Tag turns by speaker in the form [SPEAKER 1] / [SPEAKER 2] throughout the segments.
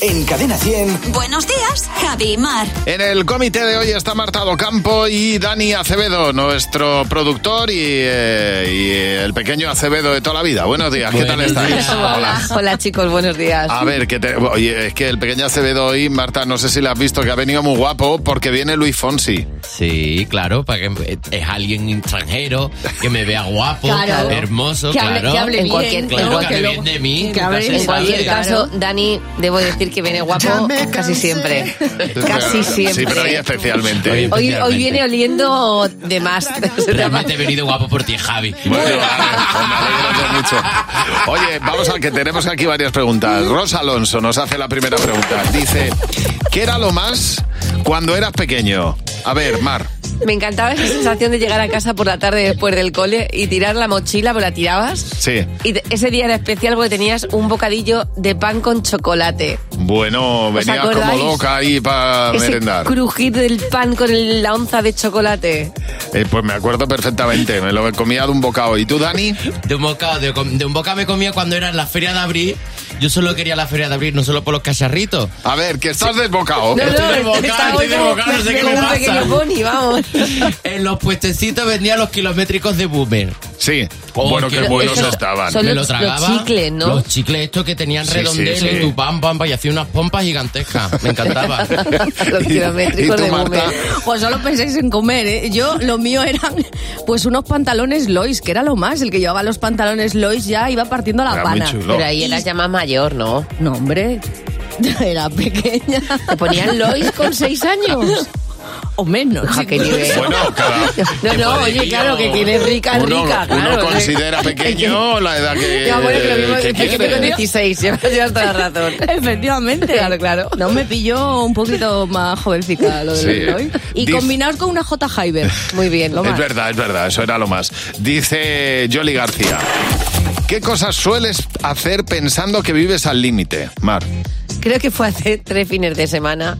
[SPEAKER 1] En Cadena 100.
[SPEAKER 2] Buenos días, Javi y Mar.
[SPEAKER 3] En el comité de hoy está Marta Docampo y Dani Acevedo, nuestro productor y, eh, y el pequeño Acevedo de toda la vida. Buenos días, ¿qué tal
[SPEAKER 4] Buenos
[SPEAKER 3] estáis?
[SPEAKER 4] días.
[SPEAKER 3] Hola.
[SPEAKER 5] Hola chicos, buenos días.
[SPEAKER 4] Ah,
[SPEAKER 3] A ver, que te- oye, es que el pequeño Acevedo hoy, Marta, no sé si la has visto, que ha venido muy guapo porque viene Luis Fonsi.
[SPEAKER 4] Sí, claro, para que es alguien extranjero que me vea guapo,
[SPEAKER 6] Claro.
[SPEAKER 4] hermoso,
[SPEAKER 6] Que hable-
[SPEAKER 4] claro.
[SPEAKER 6] que hable
[SPEAKER 5] En cualquier-
[SPEAKER 6] bien,
[SPEAKER 4] claro,
[SPEAKER 6] ¿no?
[SPEAKER 4] que hable
[SPEAKER 6] Que
[SPEAKER 4] bien de mí,
[SPEAKER 6] que
[SPEAKER 4] nunca
[SPEAKER 6] hable
[SPEAKER 4] se
[SPEAKER 6] bien.
[SPEAKER 5] En cualquier
[SPEAKER 4] sabe.
[SPEAKER 5] caso, Dani, debo decir que viene guapo casi siempre. Casi siempre.
[SPEAKER 3] Sí, pero hoy especialmente.
[SPEAKER 4] Hoy-
[SPEAKER 5] Hoy, hoy
[SPEAKER 4] Especialmente.
[SPEAKER 5] viene oliendo de más.
[SPEAKER 4] Realmente he venido guapo por ti, Javi.
[SPEAKER 3] Bueno, vale, pues me alegro yo mucho. Oye, vamos a que tenemos aquí varias preguntas. Rosa Alonso nos hace la primera pregunta. Dice, ¿qué era lo más cuando eras pequeño? A ver, Mar.
[SPEAKER 5] Me encantaba esa sensación de llegar a casa por la tarde después del cole y tirar la mochila, pues la tirabas.
[SPEAKER 3] Sí.
[SPEAKER 5] Y te- ese día era especial porque tenías un bocadillo de pan con chocolate.
[SPEAKER 3] Bueno,
[SPEAKER 5] ¿Os
[SPEAKER 3] venías como
[SPEAKER 5] acordáis?
[SPEAKER 3] loca ahí para
[SPEAKER 5] ese
[SPEAKER 3] merendar.
[SPEAKER 5] crujir del pan con el- la onza de chocolate.
[SPEAKER 3] Eh, pues me acuerdo perfectamente, me lo comía de un bocado. ¿Y tú, Dani?
[SPEAKER 4] De un bocado, de, de un bocado me comía cuando era en la feria de abril. Yo solo quería la feria de abril, no solo por los cacharritos.
[SPEAKER 3] A ver, que estás desbocado.
[SPEAKER 4] No, Estoy desbocado,
[SPEAKER 5] estaba
[SPEAKER 4] estoy
[SPEAKER 5] yo
[SPEAKER 4] desbocado, no sé
[SPEAKER 5] de
[SPEAKER 4] cómo
[SPEAKER 5] un
[SPEAKER 4] pasa.
[SPEAKER 5] pequeño pony, vamos.
[SPEAKER 4] En los puestecitos vendían los kilométricos de Boomer.
[SPEAKER 3] Sí,
[SPEAKER 4] Oh,
[SPEAKER 3] bueno,
[SPEAKER 4] que
[SPEAKER 3] qué
[SPEAKER 4] lo-
[SPEAKER 3] buenos
[SPEAKER 5] eso-
[SPEAKER 3] estaban.
[SPEAKER 5] Son
[SPEAKER 4] me
[SPEAKER 5] los-
[SPEAKER 4] lo tragaba.
[SPEAKER 5] los chicles, ¿no?
[SPEAKER 4] Los chicles estos que tenían
[SPEAKER 3] Sí,
[SPEAKER 4] redondeles,
[SPEAKER 3] sí, sí.
[SPEAKER 4] tu pam, pam, pam, y hacía unas pompas gigantescas. Me encantaba.
[SPEAKER 5] Los
[SPEAKER 3] ¿Y-
[SPEAKER 5] kilométricos
[SPEAKER 3] y tú,
[SPEAKER 5] de Boomer.
[SPEAKER 3] Marta?
[SPEAKER 6] Pues solo penséis en comer, ¿eh? Yo, lo mío eran pues unos pantalones Lois, que era lo más. El que llevaba los pantalones Lois ya iba partiendo la
[SPEAKER 3] Era muy
[SPEAKER 6] pana.
[SPEAKER 3] chulo.
[SPEAKER 5] Pero ahí eras ya más mayor, ¿no?
[SPEAKER 6] No, hombre, era pequeña.
[SPEAKER 5] Te ponían Lois con seis años.
[SPEAKER 6] O menos.
[SPEAKER 5] Hija, qué nivel.
[SPEAKER 3] Bueno, cada-
[SPEAKER 5] No, no,
[SPEAKER 4] Madre
[SPEAKER 5] oye,
[SPEAKER 4] mía.
[SPEAKER 5] claro, que tienes rica,
[SPEAKER 3] uno,
[SPEAKER 5] rica.
[SPEAKER 3] uno
[SPEAKER 5] claro, ¿eh?
[SPEAKER 3] considera
[SPEAKER 5] que-
[SPEAKER 3] pequeño la edad que,
[SPEAKER 5] Ya, bueno, pero mismo
[SPEAKER 3] que
[SPEAKER 5] el pequeño
[SPEAKER 3] quiere.
[SPEAKER 5] con 16, llevas llevas toda la razón.
[SPEAKER 6] Efectivamente.
[SPEAKER 5] Claro, claro.
[SPEAKER 6] No, me pilló un poquito más jovencita lo de
[SPEAKER 3] Sí.
[SPEAKER 6] los Lois. Y
[SPEAKER 3] Dice-
[SPEAKER 6] combinaos con una J. Hyber.
[SPEAKER 5] Muy bien.
[SPEAKER 6] Lo
[SPEAKER 3] Es
[SPEAKER 6] más.
[SPEAKER 3] verdad, es verdad, eso era lo más. Dice Jolly García. ¿Qué cosas sueles hacer pensando que vives al límite, Mar?
[SPEAKER 5] Creo que fue hace tres fines de semana.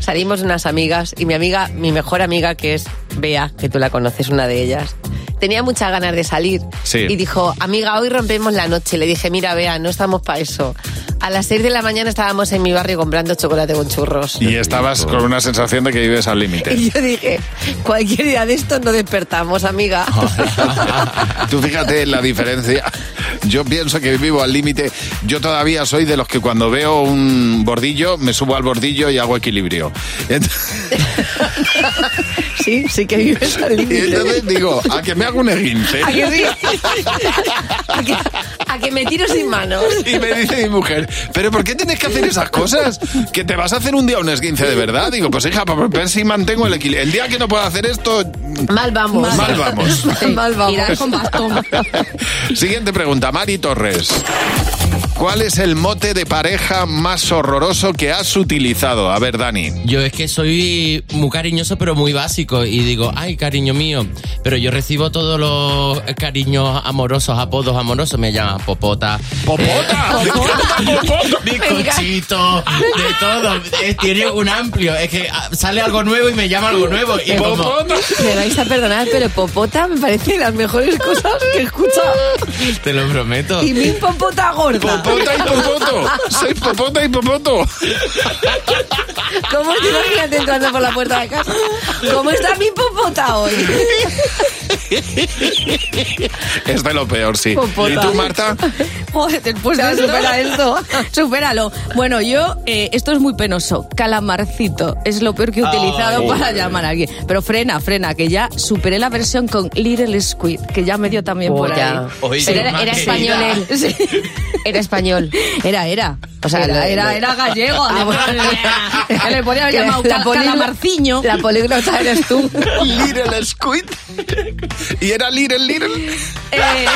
[SPEAKER 5] Salimos unas amigas y mi amiga, mi mejor amiga que es Bea, que tú la conoces, una de ellas, tenía muchas ganas de salir.
[SPEAKER 3] Sí.
[SPEAKER 5] Y dijo, amiga, hoy rompemos la noche. Le dije, mira, Bea, no estamos para eso. A las seis de la mañana estábamos en mi barrio comprando chocolate con churros.
[SPEAKER 3] Y estabas con una sensación de que vives al límite.
[SPEAKER 5] Y yo dije, cualquier día de estos no despertamos, amiga.
[SPEAKER 3] Tú fíjate en la diferencia. Yo pienso que vivo al límite. Yo todavía soy de los que cuando veo un bordillo, me subo al bordillo y hago equilibrio. Ent-
[SPEAKER 5] sí, sí que vives al
[SPEAKER 3] Y entonces digo, ¿a que me hago un esguince?
[SPEAKER 5] ¿A que sí? ¿A que, a que me tiro sin manos?
[SPEAKER 3] Y me dice mi mujer, ¿pero por qué tienes que hacer esas cosas? ¿Que te vas a hacer un día un esguince de verdad? Digo, pues hija, para ver si mantengo el equilibrio. El día que no pueda hacer esto,
[SPEAKER 5] Mal vamos.
[SPEAKER 3] mal vamos.
[SPEAKER 5] Sí, mal vamos.
[SPEAKER 6] Irás con bastón.
[SPEAKER 3] Siguiente pregunta, Mari Torres. ¿Cuál es el mote de pareja más horroroso que has utilizado? A ver, Dani.
[SPEAKER 4] Yo es que soy muy cariñoso, pero muy básico. Y digo, ay, cariño mío. Pero yo recibo todos los eh, cariños amorosos, apodos amorosos. Me llaman popota. eh,
[SPEAKER 3] ¡Popota!
[SPEAKER 4] Bizcochito, de todo. Eh, tiene un amplio. Es que ah, sale algo nuevo y me llama algo nuevo. Y como,
[SPEAKER 5] Me vais a perdonar, pero Popota me parece de las mejores cosas que he escuchado.
[SPEAKER 4] te lo prometo.
[SPEAKER 5] Y mi Popota gorda.
[SPEAKER 3] ¡Popota y popoto! ¡Soy popota y popoto!
[SPEAKER 5] ¿Cómo te imaginas entrando por la puerta de casa? ¿Cómo está mi Popota hoy?
[SPEAKER 3] Es de lo peor, sí.
[SPEAKER 5] Popota.
[SPEAKER 3] ¿Y tú, Marta?
[SPEAKER 6] Joder, después de
[SPEAKER 5] Ya,
[SPEAKER 6] esto,
[SPEAKER 5] supera esto.
[SPEAKER 6] Supéralo. Bueno, yo, eh, esto es muy penoso. Calamarcito es lo peor que he
[SPEAKER 3] Ah,
[SPEAKER 6] utilizado
[SPEAKER 3] oh.
[SPEAKER 6] para llamar a alguien. Pero frena, frena, que ya superé la versión con Little Squid, que ya me dio también por
[SPEAKER 5] Polla.
[SPEAKER 6] ahí.
[SPEAKER 4] Oye,
[SPEAKER 5] Pero era,
[SPEAKER 4] madre
[SPEAKER 5] era español
[SPEAKER 4] mía.
[SPEAKER 5] él.
[SPEAKER 6] Sí.
[SPEAKER 5] Era español.
[SPEAKER 6] Era, era.
[SPEAKER 5] O sea,
[SPEAKER 6] era,
[SPEAKER 5] la-
[SPEAKER 6] era, era gallego.
[SPEAKER 5] Ah, bueno.
[SPEAKER 6] Que le podía haber llamado
[SPEAKER 5] La
[SPEAKER 6] cal-
[SPEAKER 5] políglo-
[SPEAKER 6] calamarciño.
[SPEAKER 5] La políglota eres tú.
[SPEAKER 3] Little Squid.
[SPEAKER 5] Eh,
[SPEAKER 3] Y era Little Little.
[SPEAKER 6] Eh,